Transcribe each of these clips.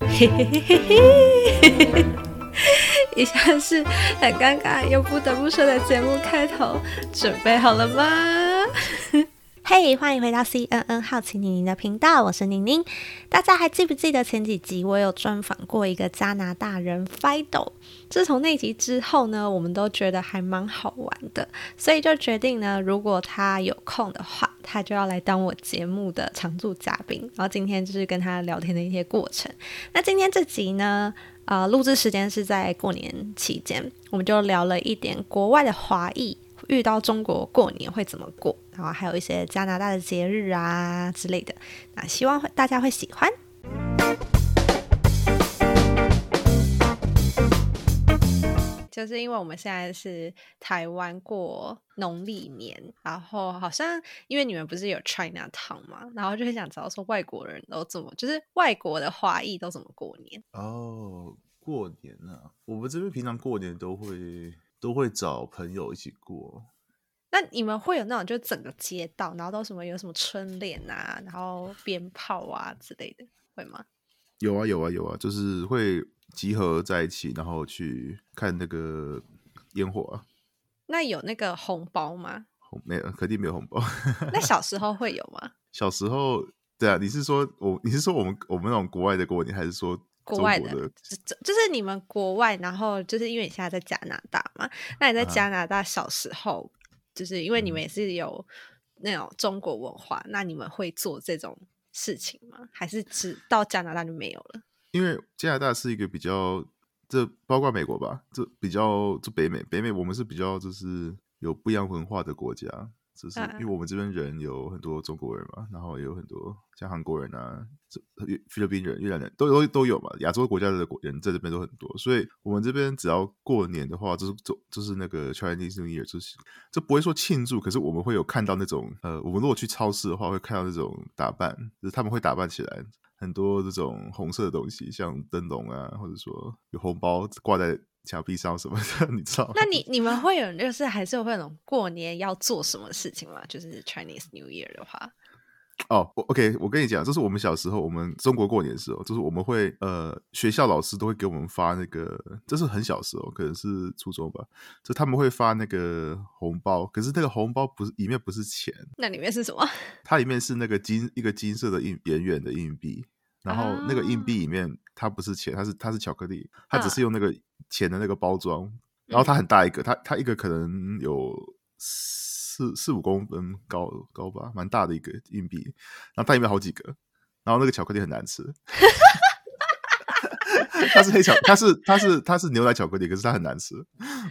嘿嘿嘿嘿嘿嘿嘿， 以下是很尴尬又不得不说的节目开头，准备好了吗？ 嘿欢迎回到 CNN 好奇宁宁的频道，我是宁宁。大家还记不记得前几集我有专访过一个加拿大人 Fido？自从那集之后呢，我们都觉得还蛮好玩的，所以就决定呢，如果他有空的话，他就要来当我节目的常驻嘉宾。然后今天就是跟他聊天的一些过程。那今天这集呢，呃，录制时间是在过年期间，我们就聊了一点国外的华裔遇到中国过年会怎么过，然后还有一些加拿大的节日啊之类的。那希望会大家会喜欢。就是因为我们现在是台湾过农历年，然后好像因为你们不是有 China Town 嘛，然后就很想知道说外国人都怎么，就是外国的华裔都怎么过年。哦，过年啊，我们这边平常过年都会都会找朋友一起过。那你们会有那种就整个街道，然后都什么有什么春联啊，然后鞭炮啊之类的，会吗？有啊有啊有啊，就是会集合在一起，然后去看那个烟火啊。那有那个红包吗？红没有，肯定没有红包。 那小时候会有吗？小时候，对啊，你是说我你是说我们我们那种国外的过年，还是说国中外国的，就就就是你们国外，然后就是因为你现在在加拿大嘛，那你在加拿大小时候，就是因为你们也是有那种中国文化，那你们会做这种事情吗？还是只到加拿大就没有了？因为加拿大是一个比较，这包括美国吧，这比较这北美，北美我们是比较就是有不一样文化的国家，就是嗯因为我们这边人有很多中国人嘛，然后也有很多像韩国人啊、这越菲律宾人、越南人都都都有嘛，亚洲国家的国人在这边都很多，所以我们这边只要过年的话，就是就就是那个 Chinese New Year，就是这不会说庆祝，可是我们会有看到那种呃，我们如果去超市的话，会看到那种打扮，就是他们会打扮起来，很多这种红色的东西，像灯笼啊，或者说有红包挂在墙壁上什么的， 你知道吗？那你你们会有就是还是会有那种过年要做什么事情吗？就是 Chinese New Year 的话，哦我，OK，我跟你讲，这是我们小时候，我们中国过年的时候，就是我们会呃，学校老师都会给我们发那个，这是很小时候，可能是初中吧，就他们会发那个红包，可是那个红包不是里面不是钱，那里面是什么？ 它里面是那个金一个金色的硬圆圆的硬币，然后那个硬币里面它不是钱，它是它是巧克力，它只是用那个钱的那个包装，然后它很大一个，它它一个可能有四四五公分高高吧，蛮大的一个硬币，然后它里面有好几个，然后那个巧克力很难吃。 它是黑巧，它是它是它是牛奶巧克力，可是它很难吃。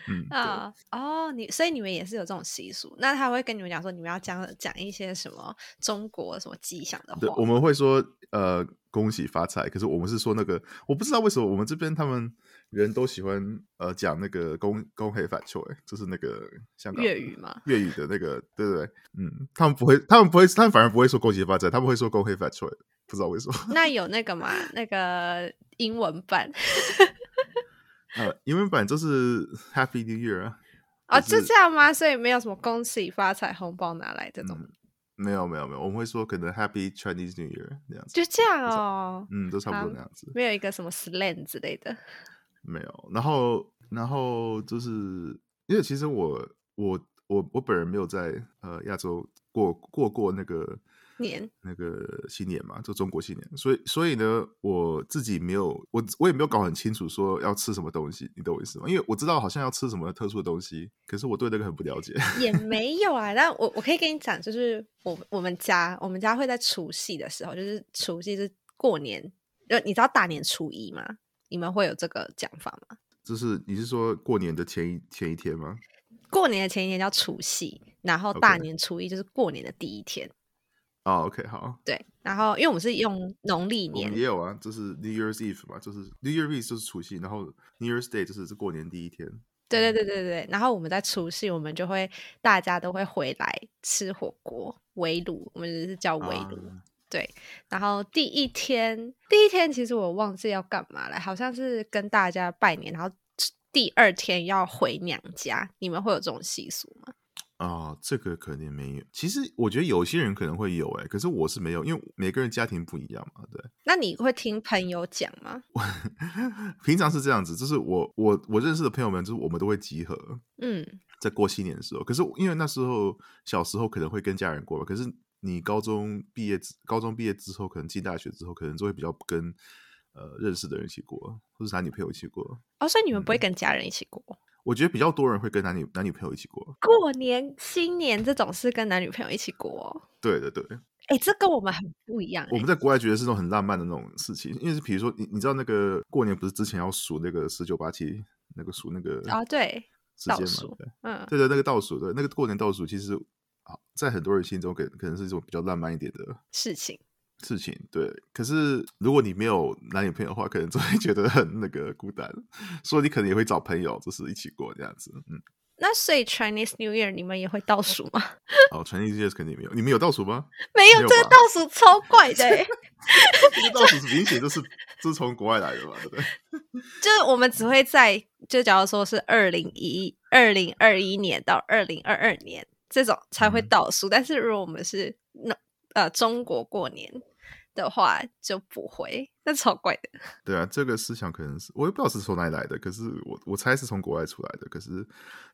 嗯，对啊、哦，你所以你们也是有这种习俗，那他会跟你们讲说你们要讲讲一些什么中国什么吉祥的话对，我们会说呃恭喜发财，可是我们是说那个，我不知道为什么我们这边他们人都喜欢呃讲那个恭恭喜反错，哎，就是那个香港粤语吗？粤语的那个，对对对，嗯，他们不会，他们不会，他们反而不会说恭喜发财，他们会说恭喜反错，不知道 为什么，那有那个嘛，那个英文 版呃，英文版就是 Happy New Year 啊，哦，就就是这样吗？所以没有什么恭喜发财红包拿来这种，嗯没有没有没有，我们会说可能 Happy Chinese New Year 那样子，就这样哦，嗯，都差不好多那样子。没有一个什么 slang 之类的。没有。然后，然后就是因为其实我我我我本人没有在呃亚洲过过过那个年那个新年嘛，就中国新年，所以所以呢，我自己没有我我也没有搞很清楚说要吃什么东西，你懂我意思吗？因为我知道好像要吃什么特殊的东西，可是我对那个很不了解。 也没有啊，但我我可以跟你讲，就是我我们家我们家会在除夕的时候，就是除夕是过年，呃，你知道大年初一吗？你们会有这个讲法吗？就是你是说过年的前一前一天吗？过年的前一天叫除夕，然后大 OK 年初一就是过年的第一天。哦，OK，好，对，然后因为我们是用农历我年们，也有啊，就是 New Year's Eve 嘛，就是 New Year's Eve 就是除夕，然后 New Year's Day 就是是过年第一天。对对对对对，然后我们在除夕，我们就会大家都会回来吃火锅、围炉，我们就是叫围炉。啊对，然后第一天，第一天其实我忘记要干嘛了，好像是跟大家拜年，然后第二天要回娘家。你们会有这种习俗吗？啊，这个肯定没有。其实我觉得有些人可能会有、欸，哎，可是我是没有，因为每个人家庭不一样嘛，对。 那你会听朋友讲吗？平常是这样子，就是我我我认识的朋友们，就是我们都会集合，嗯，在过新年的时候。可是因为那时候小时候可能会跟家人过吧，可是你高中毕业之，高中毕业之后，可能进大学之后，可能就会比较跟呃认识的人一起过，或者男女朋友一起过。哦，所以你们嗯不会跟家人一起过？我觉得比较多人会跟男女男女朋友一起过。过年、新年这种是跟男女朋友一起过、哦，对对对，哎、这跟我们很不一样、欸。我们在国外觉得是那种很浪漫的那种事情，因为是比如说你你知道那个过年不是之前要数那个十九八七那个数那个哦，对，时间倒嘛数，对嗯，对对，那个倒数的那个过年倒数，其实啊，在很多人心中可可能是一种比较浪漫一点的事情事情，对。可是如果你没有男女朋友的话，可能就会觉得很那个孤单，所以你可能也会找朋友，就是一起过这样子。嗯，那所以 Chinese New Year 你们也会倒数吗？ 哦，传递这些肯定没有，你们有倒数吗？没有，没有这个吧倒数超怪的、欸， 这个倒数明显就是就是从国外来的嘛，对不对？就是我们只会在，就假如说是二零一二零二一年到二零二二年这种才会嗯倒数，但是如果我们是那呃中国过年的话就不会，那超怪的。对啊，这个思想可能是我也不知道是从哪里来的，可是我我猜是从国外出来的。可是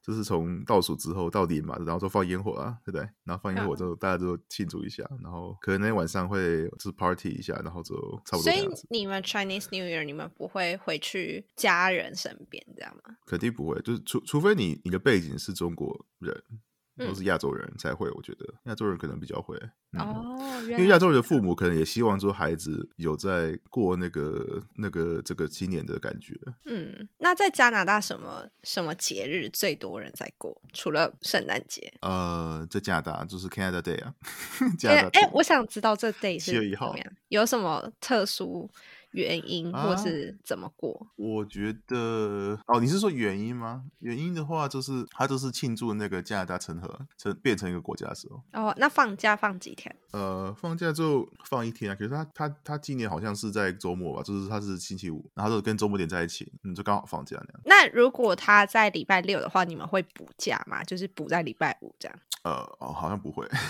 就是从倒数之后到零嘛，然后就放烟火啊，对不对？然后放嗯烟火之后，大家就庆祝一下，然后可能那天晚上会就是 party 一下，然后就差不多所这以样子。你们 Chinese New Year 你们不会回去家人身边这样吗？肯定不会，就是除除非你你的背景是中国人嗯或是亚洲人才会，我觉得亚洲人可能比较会。嗯、哦，因原为来亚洲人的父母可能也希望说孩子有在过那个那个这个新年的感觉，嗯，那在加拿大什么什么节日最多人在过？除了圣诞节，呃，在加拿大就是 Canada Day 啊， 加哎拿大哎、 Day 我想知道这 day 7是月1怎号么样，有什么特殊原因，或啊是怎么过？我觉得哦，你是说原因吗？原因的话，就是它就是庆祝那个加拿大成和成变成一个国家的时候，哦，那放假放几天？呃，放假就放一天啊。可是他他他今年好像是在周末吧，就是他是星期五，然后就跟周末点在一起，嗯，就刚好放假那样。那如果他在礼拜六的话，你们会补假吗？就是补在礼拜五这样？呃，哦，好像不会，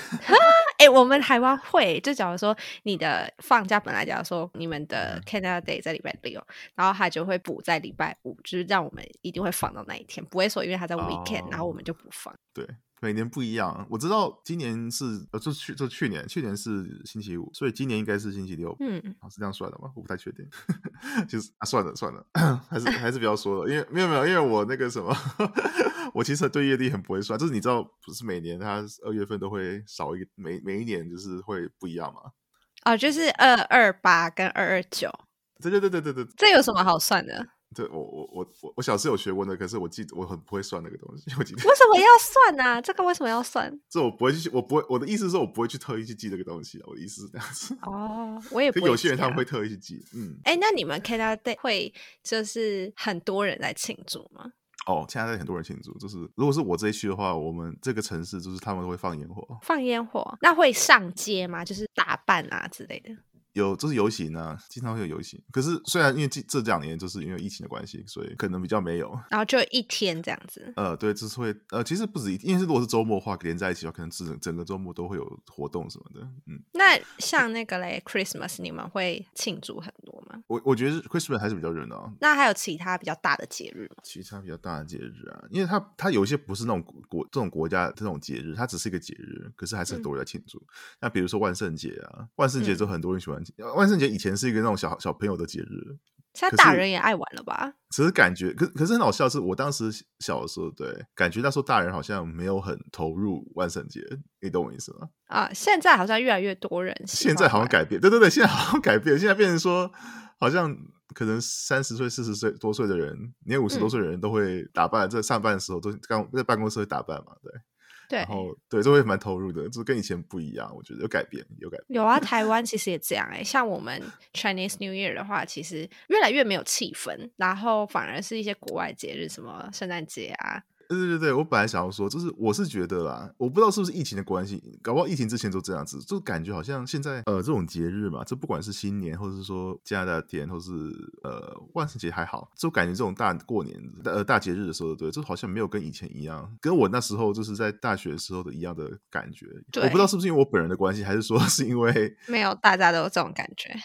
哎、我们台湾会，就假如说你的放假本来假如说你们的 Canada Day 在礼拜六，然后他就会补在礼拜五，就是让我们一定会放到那一天，不会说因为他在 weekend，、然后我们就不放。对。每年不一样，我知道今年是呃，就去就去年，去年是星期五，所以今年应该是星期六，嗯，啊，是这样算的吗？我不太确定。 就是啊，算了算了，还是还是不要说了，因为没有没有，因为我那个什么， 我其实对月历很不会算，就是你知道，不是每年它二月份都会少一个，每每一年就是会不一样嘛。哦，就是二二八跟二二九，对对对对对对，这有什么好算的？ 对我我我我我小时候有学过的，可是我记得我很不会算那个东西， 我记得为什么要算呢、啊？这个为什么要算？这我不会去，我不会我的意思是我不会去特意去记这个东西啊，我的意思是这样子。哦，我也 可不有些人记他们啊会。特意去记，嗯，哎，那你们 Canada Day 会就是很多人来庆祝吗？哦，现在很多人庆祝，就是如果是我这一区的话，我们这个城市就是他们会放烟火，放烟火，那会上街吗？就是打扮啊之类的。有就是游行啊，经常会有游行。可是虽然因为这这两年就是因为疫情的关系，所以可能比较没有。然后就一天这样子。呃，对，就是会呃，其实不止一，因为是如果是周末的话连在一起的话，可能整整个周末都会有活动什么的。嗯，那像那个嘞，Christmas 你们会庆祝很多吗？我我觉得 Christmas 还是比较热闹，那还有其他比较大的节日吗？其他比较大的节日啊，因为它它有一些不是那种国国这种国家这种节日，它只是一个节日，可是还是很多人在庆祝。那比如说万圣节啊，万圣节就很多人喜欢，万圣节以前是一个那种小小朋友的节日，现在可大是人也爱玩了吧？只是感觉，可可是很好笑，是我当时小的时候，对，感觉那时候大人好像没有很投入万圣节，你懂我意思吗？啊，现在好像越来越多人喜现欢玩。在好像改变，对对对，现在好像改变，现在变成说，好像可能三十岁、四十岁多岁的人，连五十多岁的人都会打扮，在上班的时候都刚在办公室会打扮嘛，对，对然，后对，就会蛮投入的，就跟以前不一样，我觉得有改变，有改变，有啊，台湾其实也这样哎、像我们 Chinese New Year 的话，其实越来越没有气氛，然后反而是一些国外节日，什么圣诞节啊、对对对，我本来想要说，就是我是觉得啦，我不知道是不是疫情的关系，搞不好疫情之前都这样子，就感觉好像现在呃这种节日嘛，这不管是新年，或者是说加拿大天，或是呃万圣节还好，就感觉这种大过年呃大节日的时候，对，就好像没有跟以前一样，跟我那时候就是在大学时候的一样的感觉。对我不知道是不是因为我本人的关系，还是说是因为没有大家都有这种感觉，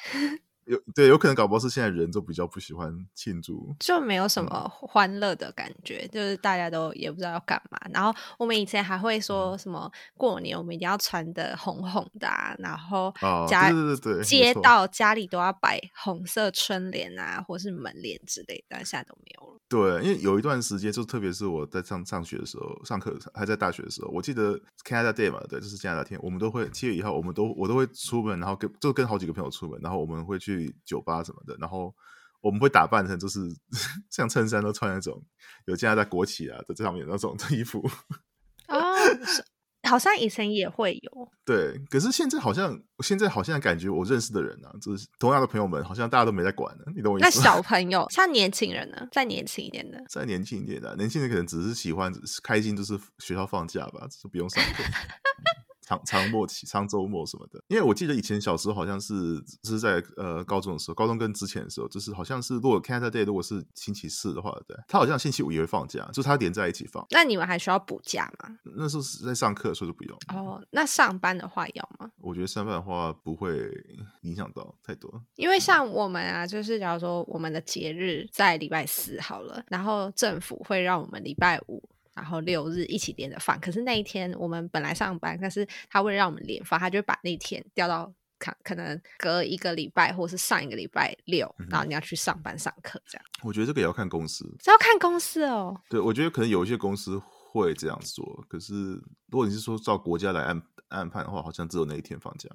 有对，有可能搞不好是现在人都比较不喜欢庆祝，就没有什嗯么欢乐的感觉，就是大家都也不知道要干嘛。然后我们以前还会嗯说什么过年我们一定要穿的红红的、啊，然后哦家、对对对对没街错道家里都要摆红色春联啊，或是门帘之类的，但现在都没有了。对，因为有一段时间，就特别是我在上上学的时候，上课还在大学的时候，我记得 Canada Day 嘛，对，就是加拿大天，我们都会七月一号，我们都我都会出门，然后跟就跟好几个朋友出门，然后我们会去酒吧什么的，然后我们会打扮成就是 像衬衫都穿那种有加拿大国旗啊在这上面的那种衣服，哦，是好像以前也会有，对，可是现在好像现在好像感觉我认识的人啊，就是同样的朋友们，好像大家都没在管了，你懂我意那思吗？小朋友像年轻人呢，再年轻一点的，再年轻一点的、年轻人可能只是喜欢只是开心，就是学校放假吧，就是不用上课，嗯长长末期、长周末什么的。因为我记得以前小时候好像是是在呃高中的时候，高中跟之前的时候，就是好像是如果 Canada Day 如果是星期四的话，对，他好像星期五也会放假，就是他连在一起放。那你们还需要补假吗？那时候是在上课，所以就不用。哦，那上班的话要吗？我觉得上班的话不会影响到太多。因为像我们啊，就是假如说我们的节日在礼拜四好了，然后政府会让我们礼拜五。然后六日一起连着放，可是那一天我们本来上班，但是他为了让我们连放，他就会把那天调到可可能隔一个礼拜或是上一个礼拜六，然后你要去上班上课这样，我觉得这个也要看公司，这要看公司哦。对，我觉得可能有一些公司会这样做，可是如果你是说照国家来安安排的话，好像只有那一天放假。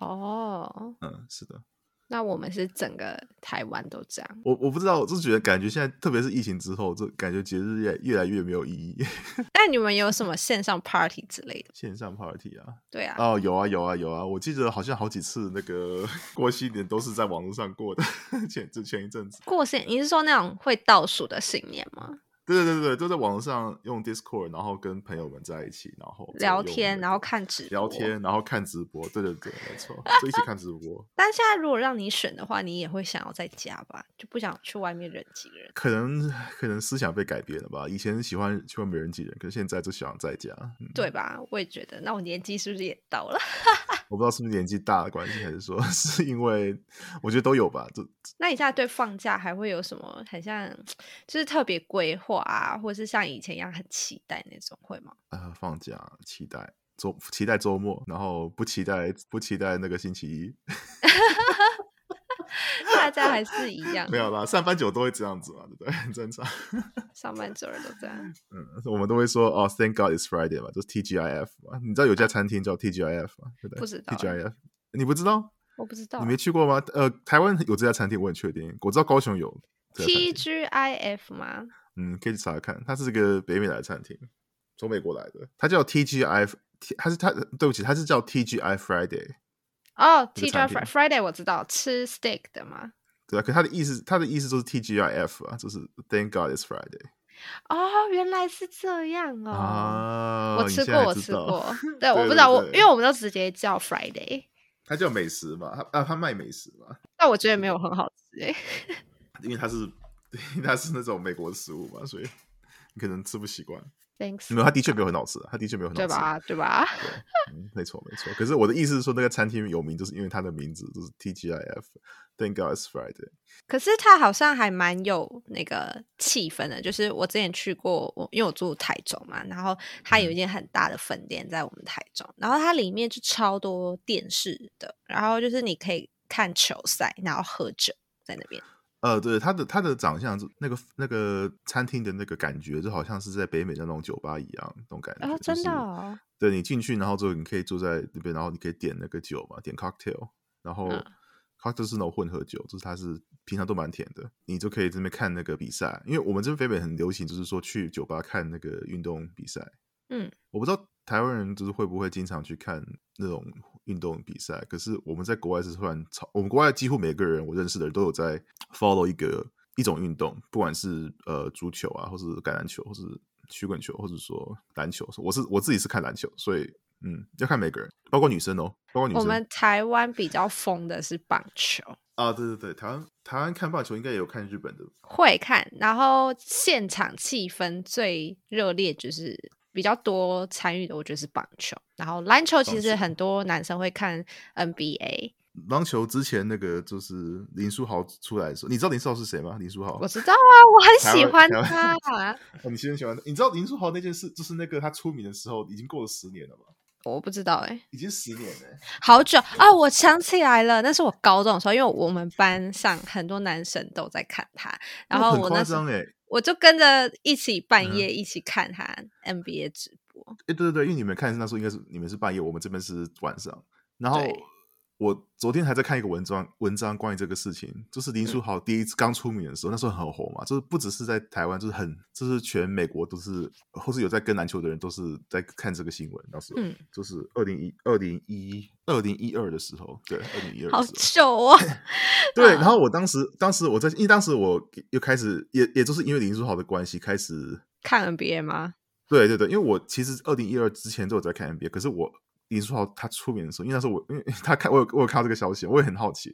哦，嗯，是的，那我们是整个台湾都这样，我我不知道，我就觉得感觉现在，特别是疫情之后，就感觉节日越越来越没有意义。 那你们有什么线上 party 之类的？线上 party 啊，对啊，哦，有啊有啊有啊，我记得好像好几次那个过新年都是在网络上过的， 前就前一阵子，过新你是说那种会倒数的新年吗？对对对对，都在网络上用 Discord，然后跟朋友们在一起，然后再聊用天，那然后个看直聊播。天，然后看直播，对对对，没错，就一起看直播。但现在如果让你选的话，你也会想要在家吧，就不想去外面人挤人。可能可能思想被改变了吧。以前喜欢喜欢没人挤人，可是现在就喜欢在家。嗯对吧？我也觉得，那我年纪是不是也到了？ 我不知道是不是年纪大的关系，还是说 是因为我觉得都有吧。就那你现在对放假还会有什么很像，就是特别规划啊，或是像以前一样很期待那种，会吗？呃，放假期待周期待周末，然后不期待不期待那个星期一，大家还是一样没，有啦。上班族都会这样子嘛，对不对？ 很正常。上班族人都这样。嗯，我们都会说哦，Thank God it's Friday 嘛，就是 TGIF 嘛。你知道有家餐厅叫 TGIF 吗？对不对？不知道欸 TGIF，你不知道？我不知道啊你没去过吗？呃，台湾有这家餐厅，我很确定。我知道高雄有这家餐厅 TGIF 吗？嗯，可以去查查看，它是个北美来的餐厅，从美国来的，它叫 TGI，它是它，对不起，它是叫 TGI Friday，哦这个，TGI 餐厅 Friday 我知道，吃 steak 的吗？对啊，可它的意思，它的意思就是 TGIF 啊，就是 Thank God It's Friday 哦，原来是这样哦。啊，我你吃现过，在我知吃道过，。 对，我对不对知道，我对因为我们都直接叫 Friday， 它叫美食嘛，它啊它卖美食嘛，但我觉得没有很好吃欸诶、因为它是因为它是那种美国的食物嘛，所以你可能吃不习惯。 Thanks，没有，它的确没有很好吃，啊它的确没有很好对吃，吧？对吧？嗯，没错没错。可是我的意思是说，那个餐厅有名，就是因为它的名字就是 TGIF，Thank God It's Friday。可是它好像还蛮有那个气氛的，就是我之前去过，我因为我住台中嘛，然后它嗯有一间很大的分店在我们台中，然后它里面就超多电视的，然后就是你可以看球赛，然后喝酒在那边。呃，对，他的他的长相，那个那个餐厅的那个感觉，就好像是在北美的那种酒吧一样，那种感觉。哦，真的、啊就是、哦，对你进去，然后之后你可以坐在那边，然后你可以点那个酒嘛，点 cocktail，然后嗯 cocktail 是那种混合酒，就是它是平常都蛮甜的，你就可以这边看那个比赛。因为我们这边北美很流行，就是说去酒吧看那个运动比赛。嗯，我不知道台湾人就是会不会经常去看那种运动比赛，可是我们在国外是突然超，我们国外几乎每个人我认识的人都有在 follow 一个一种运动，不管是呃足球啊，或是橄榄球，或是曲棍球或者说篮球，我是我自己是看篮球，所以嗯，要看每个人，包括女生哦，包括女我生。们台湾比较疯的是棒球，啊，对对对，台湾台湾看棒球应该也有看日本的，会看，然后现场气氛最热烈，就是比较多参与的，我觉得是棒球。然后篮球其棒实球很多男生会看 NBA，篮球之前那个就是林书豪出来的时候，你知道林书豪是谁吗？林书豪我，知道啊，我哦台很喜湾欢台湾他。 哦你其实很喜欢他，你知道林书豪那件事，就是那个他出名的时候，已经过了十年了吧？我不知道哎、已经十年了欸、好久啊！我想起来了，那是我高中的时候，因为我们班上很多男生都在看他，然那后很我夸那时张候哎、我就跟着一起嗯半哼夜一起看他 NBA 直播。哎，对对对，因为你们看那时候应该是你们是半夜，我们这边是晚上。然后对我昨天还在看一个文章，文章关于这个事情，就是嗯林书豪第一次刚出名的时候，那时候很红嘛，就是不只是在台湾，就是很，就是全美国都是，或是有在跟篮球的人都是在看这个新闻。那时候、嗯就是二零一二零一二零一二的时候，对，二零一二好的时候，久哦，对，然后我当时，当时我在，因为当时我又开始，也也就是因为林书豪的关系，开始看 NBA 吗？对对对，因为我其实二零一二之前都有在看 NBA，可是我林书豪他出名的时候，因为那时候我因为他看我有我有看到这个消息，我也很好奇，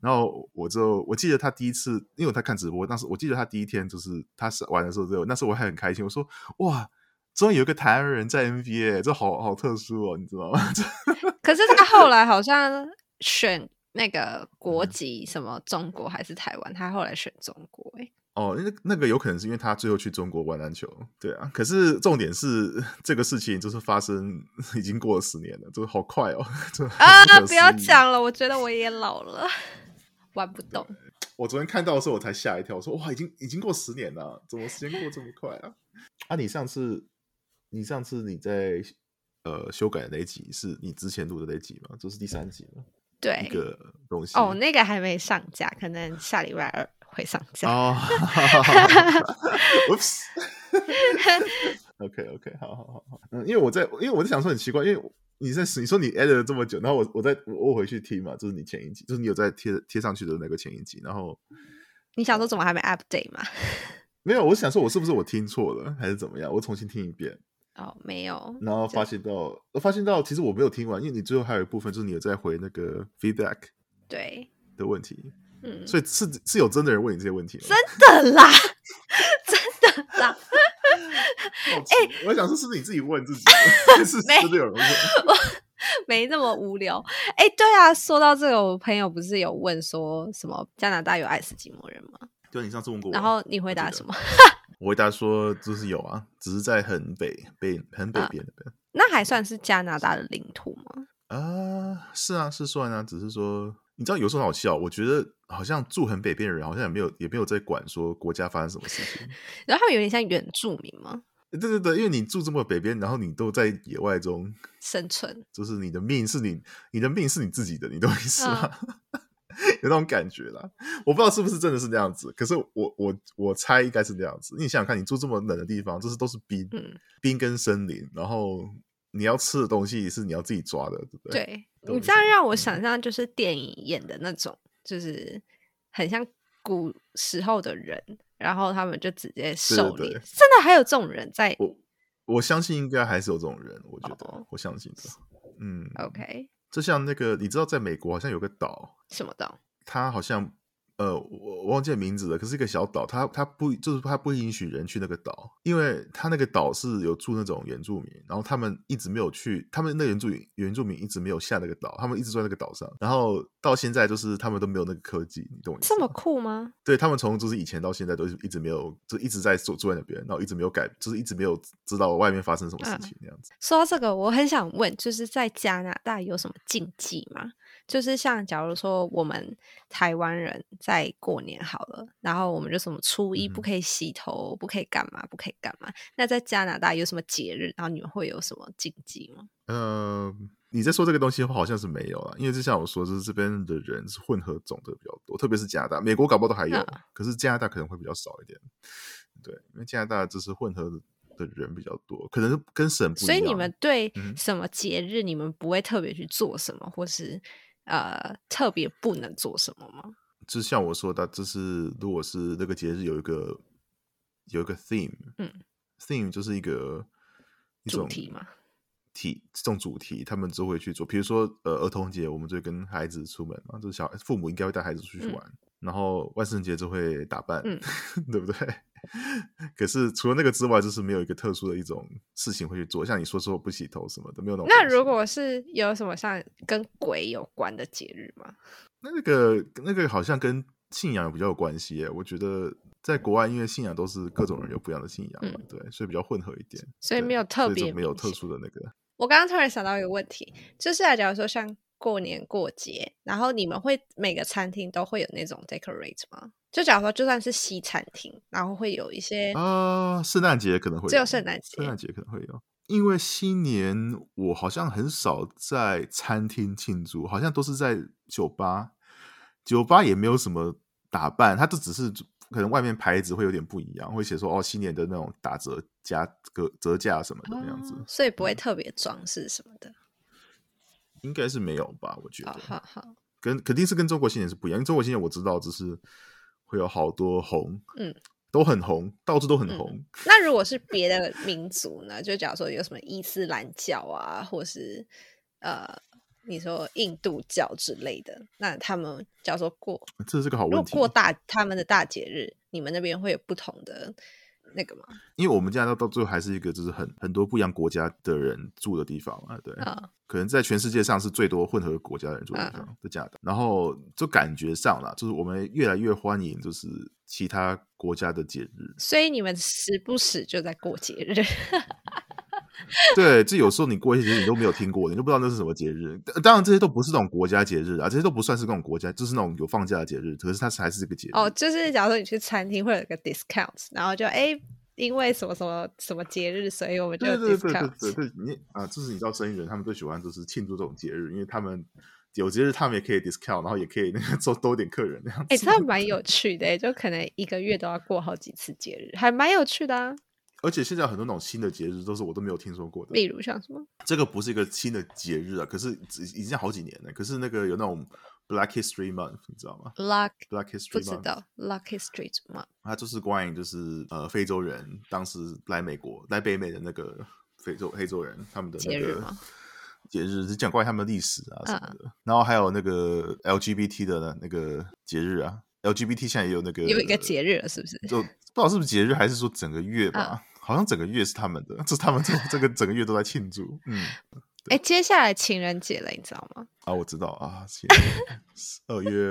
然后我就我记得他第一次，因为我在看直播，当时我记得他第一天就是他是玩的时候之后，那时候我还很开心，我说哇，终于有一个台湾人在 NBA，这好好特殊哦，你知道吗？ 可是他后来好像选那个嗯国籍，什么中国还是台湾？他后来选中国、 欸，哦，那那个有可能是因为他最后去中国玩篮球，对啊。可是重点是 这个事情就是发生 已经过了十年了，就是好快哦， 这啊很可，不要思议。讲了，我觉得我也老了，玩不动。我昨天看到的时候我才吓一跳，我说哇，已经已经过十年了，怎么时间过这么快啊？啊，你上次你上次你在呃修改的那一集是你之前录的那一集吗？就是第三集吗？一对，个东西哎哦，那个还没上架，可能下礼拜二会上架。 哦，oops 。OK OK，好好好好，嗯，因为我在，因为我在想说很奇怪，因为我你在你说你 edit 了这么久，然后我我在我我回去听嘛，就是你前一集，就是你有在贴贴上去的那个前一集，然后你想说怎么还没 update 吗？没有，我想说我是不是我听错了还是怎么样，我重新听一遍，哦，没有，然后发现到我发现到其实我没有听完，因为你最后还有一部分就是你有在回那个 feedback 对，的问题，嗯，所以是是有真的人问你这些问题吗？真的啦，真的啦，哎、我想说是不是你自己问自己， 是没真的有人问。 没那么无聊。哎，对啊，说到这个，我朋友不是有问说什么加拿大有爱斯基摩人吗？对，你上次问过我，然后你回答记得什么？我回答说就是有啊，只是在很北北很北啊边那边那还算是加拿大的领土吗？啊，是啊是算啊，只是说你知道有时候很好笑，我觉得好像住很北边的人好像也没有也没有在管说国家发生什么事情。 然后他们有点像原住民吗？对对对，因为你住这么北边，然后你都在野外中，生存就是你的命是你你的命是你自己的，你懂我意思吗？嗯 有那种感觉啦，我不知道是不是真的是那样子，可是我我我猜应该是那样子。因为你想想看，你住这么冷的地方，就是都是冰，嗯冰跟森林，然后你要吃的东西是你要自己抓的，对不对？对懂你意这样思让我想象，就是电影演的那种，就是很像古时候的人，然后他们就直接狩猎。对真的还有这种人在我我相信应该还是有这种人，我觉得，哦我相信的。嗯 OK 就像那个，你知道，在美国好像有个岛，什么的？哦它好像呃，我我忘记名字了，可是一个小岛，它它不就是它不允许人去那个岛，因为它那个岛是有住那种原住民，然后他们一直没有去，他们那原住民原住民一直没有下那个岛，他们一直住在那个岛上，然后到现在就是他们都没有那个科技，你懂我意思吗？这么酷吗？对他们从就是以前到现在都是一直没有，就一直在住住在那边，然后一直没有改，就是一直没有知道外面发生什嗯么事情那样子。说到这个，我很想问，就是在加拿大有什么禁忌吗？就是像假如说我们台湾人在过年好了，然后我们就什么初一嗯哼不可以洗头，不可以干嘛，不可以干嘛。那在加拿大有什么节日，然后你们会有什么禁忌吗？呃，你在说这个东西的话，好像是没有啦，因为就像我说，就是这边的人是混合种的比较多，特别是加拿大，美国搞不好都还有，嗯可是加拿大可能会比较少一点。对，因为加拿大就是混合的人比较多，可能跟省不一样。所以你们对嗯哼什么节日，你们不会特别去做什么，或是呃特别不能做什么吗？就像我说的，就是如果是那个节日有一个有一个 theme，嗯 theme 就是一个一主种题嘛。题这种主题，他们就会去做。比如说，呃，儿童节我们就会跟孩子出门嘛，就是小父母应该会带孩子出去嗯玩，然后万圣节就会打扮，嗯 对不对？可是除了那个之外，就是没有一个特殊的一种事情会去做，像你说说不洗头什么的，没有那种东西。那如果是有什么像跟鬼有关的节日吗？那个那个好像跟信仰比较有关系耶，我觉得在国外，因为信仰都是各种人有不一样的信仰嘛，对，所以比较混合一点，所以对没有嗯特所以就别没有明特显殊的那个。我刚刚突然想到一个问题，就是啊假如说像过年过节，然后你们会每个餐厅都会有那种 decorate 吗？就假如说就算是西餐厅，然后会有一些、啊，圣诞节可能会只有有圣诞节圣诞节可能会有，因为新年我好像很少在餐厅庆祝，好像都是在酒吧，酒吧也没有什么打扮，它就只是可能外面牌子会有点不一样，会写说哦新年的那种打折加个折价什么的那样子，嗯哦所以不会特别装饰什么的。应该是没有吧？我觉好得好好，跟肯定是跟中国新年是不一样，因为中国新年我知道只是会有好多红，嗯，都很红，到处都很嗯红。 那如果是别的民族呢？就假如说有什么伊斯兰教啊，或是呃，你说印度教之类的，那他们假如说过这是个好如果问题。过大他们的大节日，你们那边会有不同的那个吗？因为我们加拿大到最后还是一个就是很很多不一样国家的人住的地方嘛，对，啊、，可能在全世界上是最多混合国家的人住的地方，在加拿大。然后就感觉上啦，就是我们越来越欢迎就是其他国家的节日所以你们时不时就在过节日， 对，这有时候你过一些节日你都没有听过，你都不知道那是什么节日。当当然这些都不是那种国家节日啊，这些都不算是那种国家，就是那种有放假的节日，可是它是还是个节日。哦，就是假如说你去餐厅会有一个 discount，然后就哎，因为什么什么什么节日，所以我们就有对对对对 discount。对对，你啊，就是你知道生意人他们最喜欢就是庆祝这种节日，因为他们有节日他们也可以 discount，然后也可以那个多多点客人那样哎，子。这蛮有趣的，就可能一个月都要过好几次节日，还蛮有趣的啊。而且现在很多那种新的节日都是我都没有听说过的。例如像什么，这个不是一个新的节日啊，可是已已经好几年了。可是那个有那种 Black History Month，你知道吗 Luck ？Black 不 History 知 Month，道 Lucky Street 吗？它就是关于就是呃非洲人当时来美国来北美的那个非洲黑洲人他们的那节日个吗节日，是讲关于他们的历史啊什么嗯的。然后还有那个 LGBT 的那个节日啊，LGBT 现在也有那个有一个节日了，是不是？就不知道是不是节日，还是说整个月嗯吧？好像整个月是他们的， 这是他们这这个整个月都在庆祝。嗯，哎，接下来情人节了，你知道吗？啊，我知道啊，情二月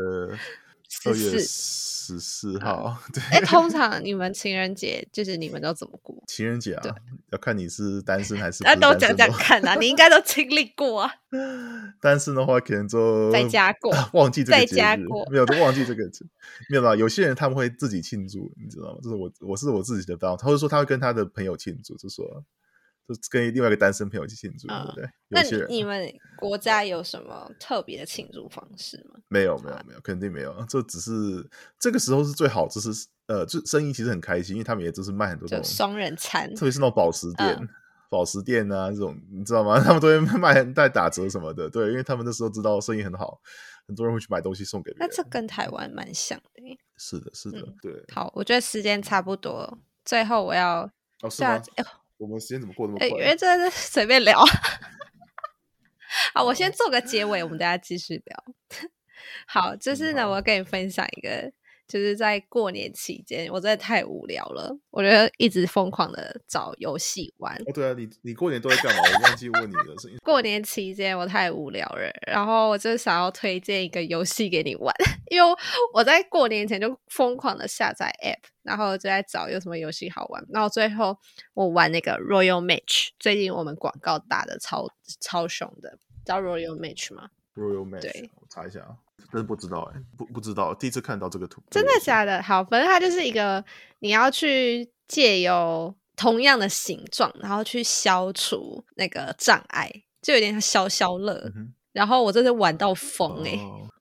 二月14十四号，对，哎，通常你们情人节就是你们都怎么过？情人节对啊啊，要看你是单身还是不那是都讲单身哦讲咯。看啊啦，你应该都经历过啊， 单身的话，可能就在家过 忘记这个在节家日过没有就忘记这个节， 没有啦。有些人他们会自己庆祝，你知道吗？就是我我是我自己的刀，他会说他会跟他的朋友庆祝，就说就跟另外一个单身朋友去庆祝，对嗯不对？那有些你人你们国家有什么特别的庆祝方式吗？没有没有没有，肯定没有，这只是这个时候是最好，就是呃，就生意其实很开心，因为他们也就是卖很多这就种双人餐特别是那种宝石店、嗯宝石店啊这种，你知道吗？ 他们都会卖带打折什么的，对，因为他们那时候知道生意很好，很多人会去买东西送给别那人。这跟台湾蛮像的耶。是的，是的，嗯对。好，我觉得时间差不多了，最后我要哦，是下吗？哎我们时间怎么过那么哎，快？啊因为这是随便聊。 好，我哦先做个结尾，我们大家继续聊。 好，就是呢，嗯好啊我要跟你分享一个，就是在过年期间，我真的太无聊了，我觉得一直疯狂的找游戏玩。哦，对啊，你你过年都在干嘛？我忘记问你了。是过年期间我太无聊了，然后我就想要推荐一个游戏给你玩， 因为我在过年前就疯狂的下载 App，然后就在找有什么游戏好玩，然后最后我玩那个 Royal Match，最近我们广告打的超超凶的，知道 Royal Match 吗？ Royal Match，对我查一下啊。真不知道哎、不不知道，第一次看到这个图。真的假的？好，反正它就是一个你要去借由同样的形状，然后去消除那个障碍，就有点像消消乐嗯。哼然后我真是玩到疯哦哎、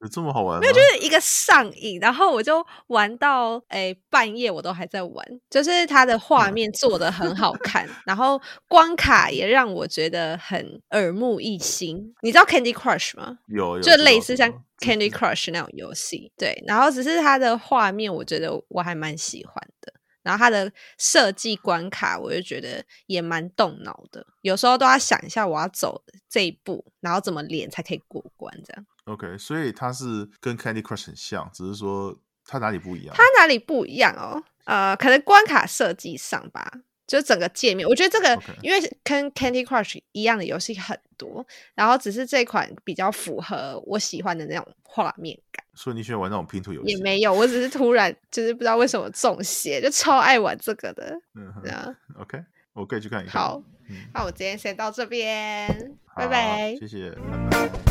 有这么好玩吗？ 就是一个上瘾，然后我就玩到诶、半夜，我都还在玩。就是它的嗯画面做的很好看，然后关卡也让我觉得很耳目一新。你知道 Candy Crush 吗？有有，就类知似道像 Candy Crush 那种游戏，对。然后只是它的画面，我觉得我还蛮喜欢的。然后它的设计关卡，我就觉得也蛮动脑的，有时候都要想一下我要走这一步，然后怎么连才可以过关这样。 OK，所以它是跟 Candy Crush 很像，只是说它哪里不一样它。哪里不一样哦？呃，可能关卡设计上吧，就整个界面，我觉得这个 OK 因为跟 Candy Crush 一样的游戏很多，然后只是这款比较符合我喜欢的那种画面感。所以你喜欢玩那种拼图游戏？也没有，我只是突然就是不知道为什么中邪，就超爱玩这个的。嗯哼对啊， ，OK，我可以去看一看。好，嗯，那我今天先到这边，好拜拜。谢谢，拜拜。